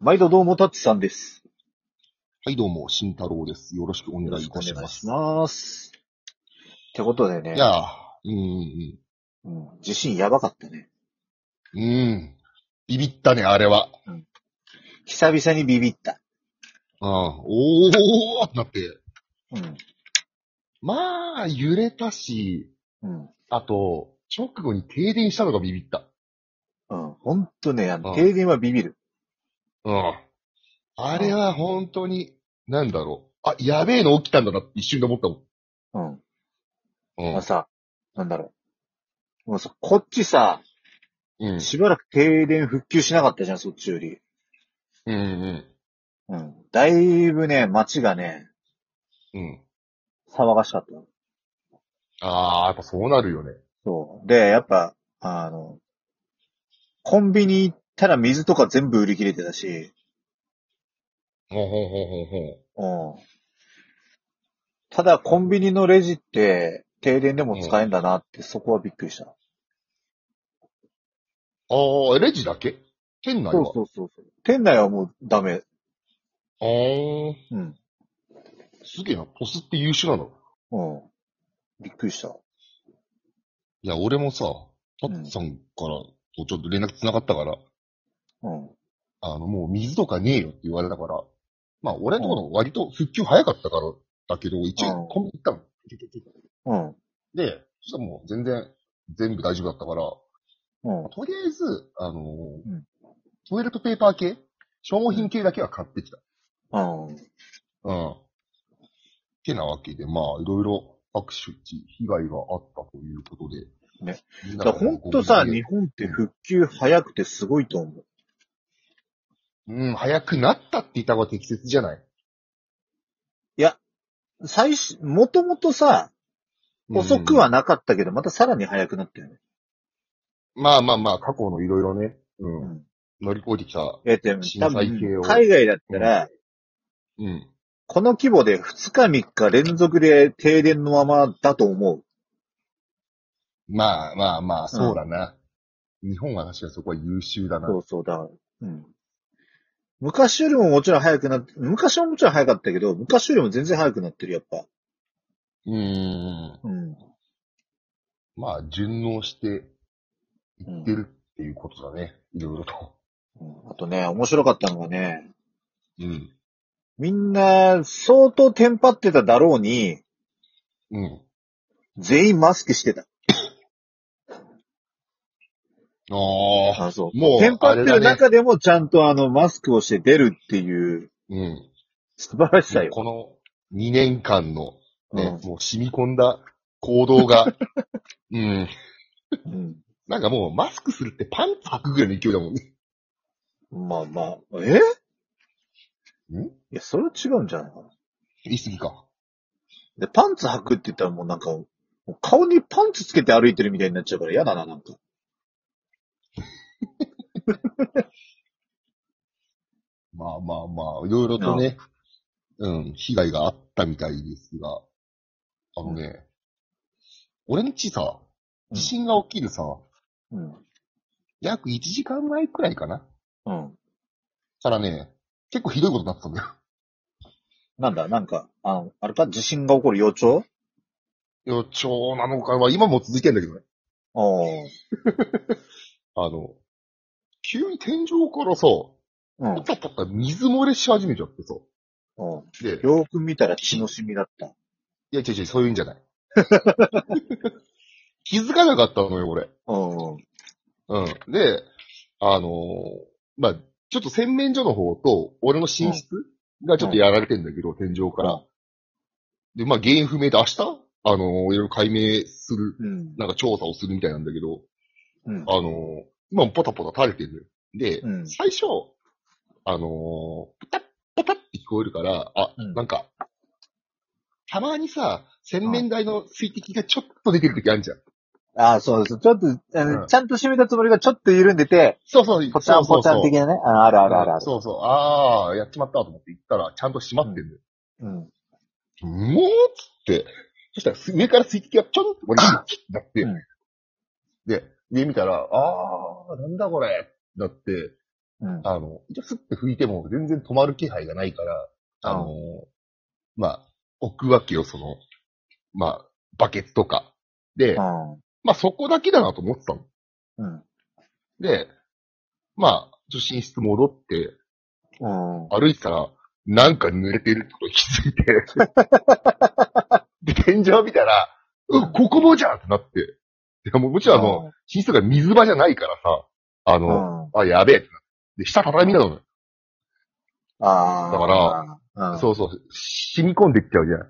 毎度どうも、タッチさんです。はい、どうも、慎太郎です。よろしくお願いいたします。ます。ってことでねい、やー、うん、うん、地震やばかったね。うん、うん。ビビったね、あれは。久々にビビった。うん。おーってなって。うん。まあ、揺れたし、うん。あと、直後に停電したのがビビった。うん。ほんとね、あの、うん停電はビビる。うん。あれは本当に、なんだろう。あ、やべえの起きたんだなって一瞬で思ったもうん。ん。まあさ、なんだろう。もうさ、こっちさ、うん。うん。しばらく停電復旧しなかったじゃん、そっちより。うん。うんうん。だいぶね、街がね、うん。騒がしかった。ああ、やっぱそうなるよね。そう。で、やっぱ、あの、コンビニ行ったら水とか全部売り切れてたし、ほうほうほうほうほうう。ん。ただ、コンビニのレジって、停電でも使えんだなって、そこはびっくりした。ああ、レジだけ店内は。そうそうそうそう。店内はもうダメ。ああ。うん。すげえな、ポスって優秀なの。うん。びっくりした。いや、俺もさ、タッツさんから、ちょっと連絡繋がったから、うん。あの、もう水とかねえよって言われたから、まあ、俺のところ割と復旧早かったから、だけど、一う応、んコンビニ行ったうの。ん。で、そしたらもう全然、全部大丈夫だったから、うん。とりあえず、あのーんトイレットペーパー系商品系だけは買ってきた。うん。うん。ってなわけで、まあ、いろいろ各種地、被害があったということで。ねみんなだが。ほんとさ、ごめんね日本って復旧早くてすごいと思う。うん、早くなったって言った方が適切じゃない最初、もともとさ、遅くはなかったけど、またさらに早くなったよね。うんまあまあまあ、過去のいろいろね、う、うんん。乗り越えてきた。えー、でも震多災系分を、海外だったら、うん。この規模で2日3日連続で停電のままだと思う。まあまあまあ、そうだな。日本は確かにそこは優秀だな。そうそうだ。うん。昔よりももちろん早くなって、昔はもちろん早かったけど、昔よりも全然早くなってる、やっぱ。うーん。うん。まあ、順応してういんってるっていうことだね。いろいろと。うんあとね、面白かったのがね、うん。みんな相当テンパってただろうに、うん。全員マスクしてた。ああ。あ、そもう、テンパあってれるだね。中でもちゃんとあの、マスクをして出るっていううん。素晴らしさよ。この2年間の、ね、うもう染み込んだ行 動が、うん。ん。なんかもうマスクするってパンツ履くぐらいの勢いだもんね。うんまあまあ、えんいや、それは違うんじゃないかな。言い過ぎか。で、パンツ履くって言ったらもうなんか、もう顔にパンツつけて歩いてるみたいになっちゃうから嫌だな、なんか。まあまあまあ、いろいろとね、うん、被害があったみたいですが、あのね、俺んちさ、地震が起きるさ、うん。約1時間前くらいかなうん。からね、結構ひどいことになってたんだよ。なんだ、なんか、あの、あれか、地震が起こる予兆予兆なのかは、今も続いてんだけどね。ああ。あの、急に天井からさ、うん。パタパタ水漏れし始めちゃってさ。うん。で、よーく見たら血の染みだった。いや、違う違う、そういうんじ ゃない。気づかなかったのよ、俺。うん。うん。で、あのーまあ、ちょっと洗面所の方と、俺の寝室がちょっとやられてんだけど、天井から。で、まあ、原因不明で明日、あのーいろいろ解明する、うん。なんか調査をするみたいなんだけど、うん。あのー今もポタポタ垂れてるのよ。で、うん最初、あのー、パタッパタッって聞こえるから、あ、うんなんか、たまにさ、洗面台の水滴がちょっと出てる時あるじゃん。ああ、そうです。ちょっと、あのうんちゃんと染めたつもりがちょっと緩んでて、そうそう、ポタンそポうそうタそンう的なね。ああるあるあるある。そうそう。ああ、やっちまったと思って行ったら、ちゃんと閉まってんのよ。うん。もうっつって。そしたらす、上から水滴がちょんって、俺にキッてなって、うんで、上見たら、ああ、なんだこれってなって、うん。あの、一応スッて拭いても全然止まる気配がないから、あの、まあ、置くわけよ、その、まあ、バケツとか。で、あまあそこだけだなと思ってたの。うん。で、まあ、ちょっと寝室戻って、うん。歩いてたら、なんか濡れてるってことに気づい て。で、天井見たら、うん、ここもじゃんってなって。いやもうもちろんあの、寝室が水場じゃないからさ、あうの、ん、うん。あ、やべえってなって。で、下畳なの。ああ。、だからうん。そうそう、染み込んでっちゃうじゃん。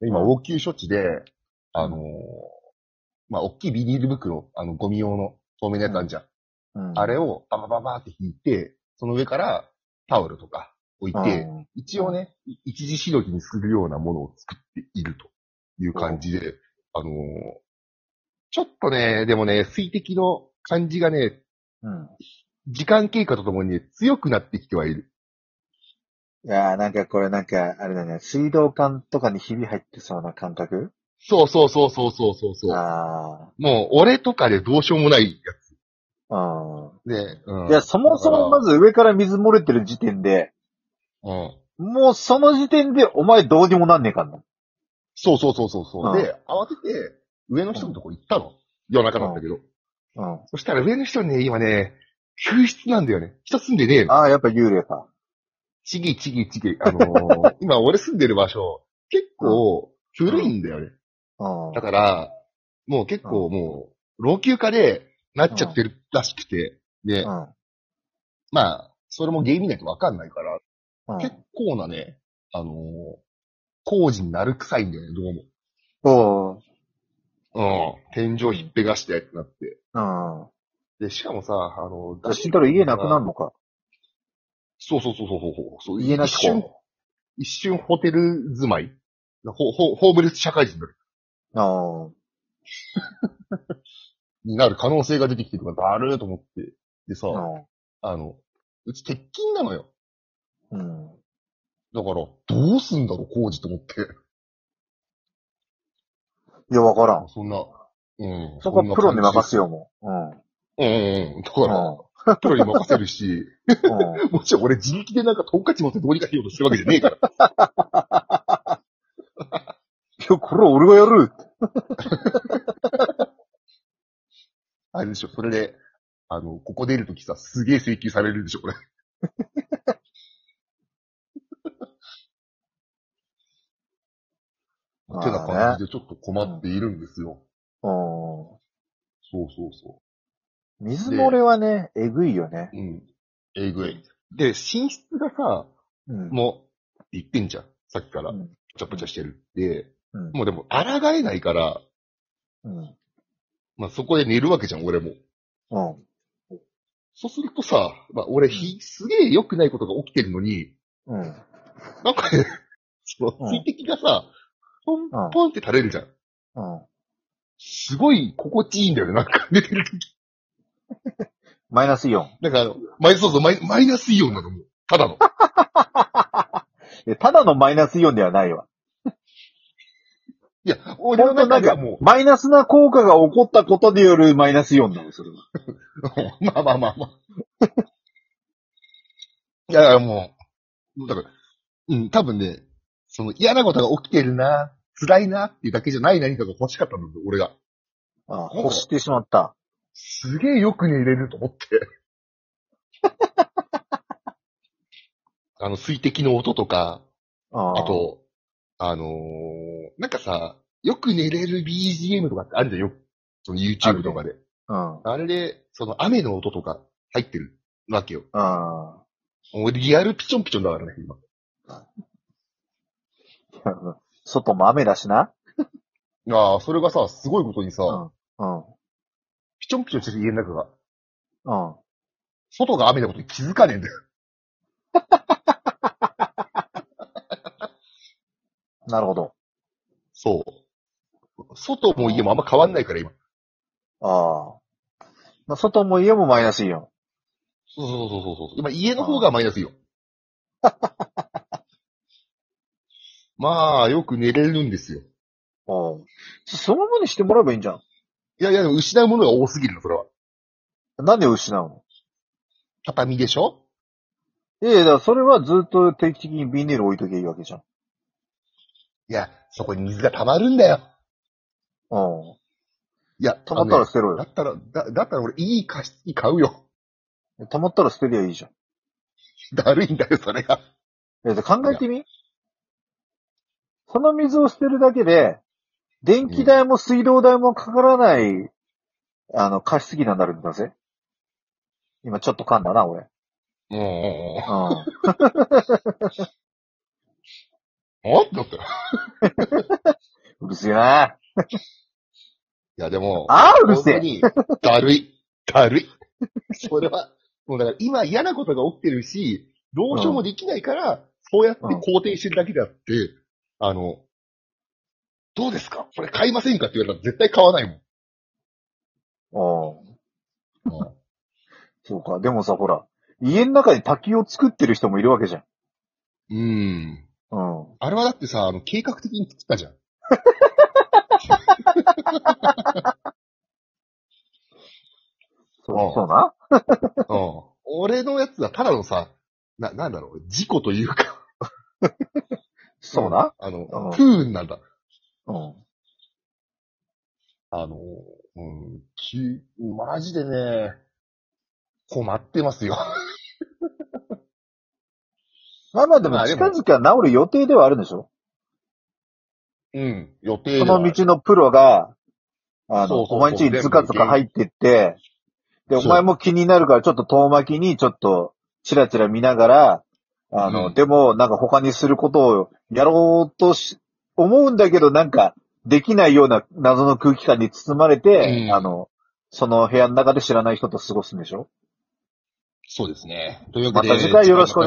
で今、うん応急処置で、あのーまあ、大きいビニール袋、あの、ゴミ用の透明のやつあるじゃん。うん。あれを、ババババって引いて、その上からタオルとか置いうん、て、一応ね、い一時しのぎにするようなものを作っているという感じで、あのーちょっとね、でもね、水滴の感じがね、うん。時間経過とともにね強くなってきてはいる。いやーなんかこれなんか、あれだね、水道管とかにひび入ってそうな感覚そうそうそうそうそうそうそう。あもう、俺とかでどうしようもないやあ。うん。つで、うん。いや、そもそもまず上から水漏れてる時点で、うん。もうその時点でお前どうにもなんねえかんの。そうそうそうそうそうう。んで、慌てて、上の人のとこ行ったの。夜中なんだけど。うん。そしたら上の人ね、今ね、救出なんだよね。人住んでねえの。ああ、やっぱ幽霊か。ちぎちぎちぎ。あの ー今俺住んでる場所、結構古いんだよね。うん。だから、もう結構もう、老朽化でなっちゃってるらしくて。で、まあ、それも原因見ないとわかんないから、うん。うん結。構なね、あのー工事になる臭いんだよね、どうも。おう。うん。天井ひっぺがしてってなって。うん。で、しかもさ、あの、そしたら家なくなるのか。そうそうそうそうそうそう。家な一し瞬、一瞬ホテル住まい。ほ、ほ、ホームレス社会人になるああ。になる可能性が出てきてるから、だるーと思って。でさ、うあの、うち鉄筋なのよ。ん。うん。だから、どうすんだろう、工事と思って。いや、わからん。そんな、うん。そこはプロに任せよ。ようもん。うん。うんうんうん。だうかん。 ら、プロに任せるし、うんもちろん俺自力でなんかトンカチ持ってどうにかしようとしてるわけじゃねえから。いや、これ俺がやるあれでしょ、それで、あの、ここ出るときさ、すげえ請求されるでしょ、こ れ。まあてねな感じでちょっと困っているんですよ。うそうそうそん。水漏れはね、えぐいよね。う。うん。えぐい。で、寝室がさ、うん。もう、言ってんじゃん。さっきからう、ん。ぽちゃぽちゃしてる。で、うんもうでも、抗えないから、うん。まあそこで寝るわけじゃん、俺も。うん。そうするとさ、まあ俺、ひ、すげえ良くないことが起きてるのに、うん。なんか ね、そのうん水滴がさ、ポンうんポンって垂れるじゃん。うん。すごい心地いいんだよね、なんか 寝てる時。マイナス4。なんかあの、マイそうそうマイ、マイナスイオンなのもうただの。いやただのマイナス4ではないわ。いや、俺の本当な中んではかも、う、マイナスな効果が起こったことによるマイナス4なの、それは。 まあまあまあまあ。いや、もう、だから、うん、多分ね、その嫌なことが起きてるな、辛いなっていうだけじゃない何かが欲しかったんだよ、俺が。ああ、うん欲してしまった。すげえよく寝れると思って。 あの、水滴の音とか、ああ、と、あのーなんかさ、よく寝れる BGM とかってあるじゃんよ。その YouTube とかで。うん。ああれで、その雨の音とか入ってるわけよ。あ。 俺リアルピチョンピチョンだからね、今。外も雨だしな。ああ、それがさ、すごいことにさ、うんうん。うん。ピチョンピチョンしてる家の中が、あ外が雨のことに気づかねえんだよ。なるほど。そう。外も家もあんま変わんないから、今。ああ。まあ、外も家もマイナス4。そうそうそうそうそう。今、家の方がマイナスよ。 まあ、よく寝れるんですよ。うん。そのままにしてもらえばいいんじゃん。いやいや、でも失うものが多すぎるの、それは。なんで失うの畳でしょいやいや、だからそれはずっと定期的にビニール置いときゃいいわけじゃん。いや、そこに水が溜まるんだよ。うん。いや、溜まったら捨てあろのねよ。だったら、だ、だったら俺、いい加湿器買うよ。 溜まったら捨てりゃいいじゃん。だるいんだよ、それが。え、で考えてみその水を捨てるだけで、電気代も水道代もかからない、あの、加湿器なんだるんだぜ。今ちょっと噛んだな、俺。うんうんうん。うん。あだって。いうるせえな。や、でも、あーうる本せ当え。に、だるい。だるい。それは、もうだから今嫌なことが起きてるし、どうしようもできないから、そうやって肯定してるだけであって、あの、どうですかこれ買いませんかって言われたら絶対買わないもん。うん。うんそうか。でもさ、ほら、家の中に滝を作ってる人もいるわけじゃん。うん。うん。あれはだってさ、あの、計画的に作ったじゃん。そううんそうな。うん。俺のやつはただのさ、な、なんだろう、事故というか。そうな。あの、うん不運なんだ。うん。あの、うん、き、マジでね、困ってますよ。まあまあでもまあで近も々治る予定ではあるんでしょうん、 予定そではの道のプロが、あその、うそうそうお前んちにズカズカ入ってって、で、そうお前も気になるから、ちょっと遠巻きに、ちょっと、チラチラ見ながら、あの、うんでも、なんか他にすることをやろうとし、思うんだけど、なんか、できないような謎の空気感に包まれて、うんあの、その部屋の中で知らない人と過ごすんでしょそうですね。というわまけで。た次回よろしくお